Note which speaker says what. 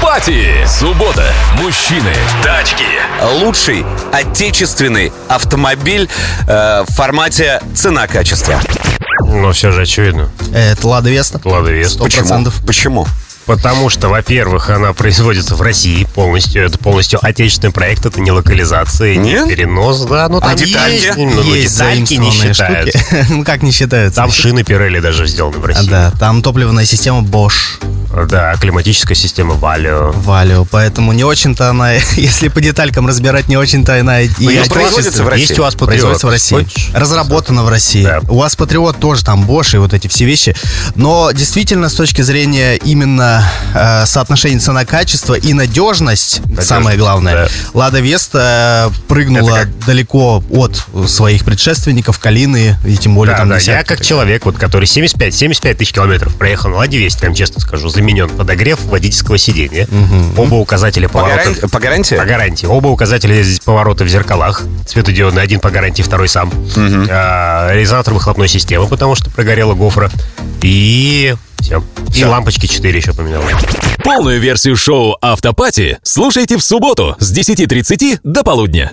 Speaker 1: Бугатти. Суббота. Мужчины. Тачки.
Speaker 2: Лучший отечественный автомобиль э, в формате цена-качество.
Speaker 3: Но все же очевидно.
Speaker 4: Это Лада Веста.
Speaker 3: Лада Веста.
Speaker 4: Сто процентов.
Speaker 2: Почему?
Speaker 3: Потому что, во-первых, она производится в России полностью. Это полностью отечественный проект, это не локализация,
Speaker 2: Нет?
Speaker 3: не перенос. Да, ну там
Speaker 2: А детальки?
Speaker 3: есть, ну,
Speaker 4: Есть
Speaker 3: детальки не
Speaker 4: заимствованные
Speaker 3: считают.
Speaker 4: штуки. Ну как не считаются?
Speaker 3: Там шины Пирелли даже сделаны в
Speaker 4: А,
Speaker 3: России.
Speaker 4: Да, там топливная система Bosch
Speaker 3: Да, климатическая система Валио.
Speaker 4: Валио, поэтому не очень-то она, если по деталькам разбирать, не очень-то она и
Speaker 2: её
Speaker 4: отечественная.
Speaker 2: производится в России.
Speaker 3: Есть у вас патриот?
Speaker 4: Производится в России.
Speaker 3: Хочешь?
Speaker 4: Разработано в России.
Speaker 3: Да.
Speaker 4: У вас Патриот тоже там Bosch и вот эти все вещи. Но действительно, с точки зрения именно э, соотношения цена-качество и надежность, самое главное,
Speaker 3: да.
Speaker 4: Лада Веста э, прыгнула
Speaker 3: Это
Speaker 4: далеко от своих предшественников, Калины и тем более
Speaker 3: Да,
Speaker 4: там
Speaker 3: да, я
Speaker 4: десятки.
Speaker 3: как человек, вот, который 75, 75 тысяч километров проехал на Ладе 200, прям честно скажу, заменен подогрев водительского сиденья. Оба указателя
Speaker 2: По,
Speaker 3: поворота.
Speaker 2: гаран- по гарантии?
Speaker 3: По гарантии. Оба указателя здесь поворота в зеркалах. Светодиодный один по гарантии, второй сам. А, резонатор выхлопной системы, потому что прогорела гофра. И все. И лампочки 4 еще поменял.
Speaker 1: Полную версию шоу «Автопати» слушайте в субботу с 10.30 до полудня.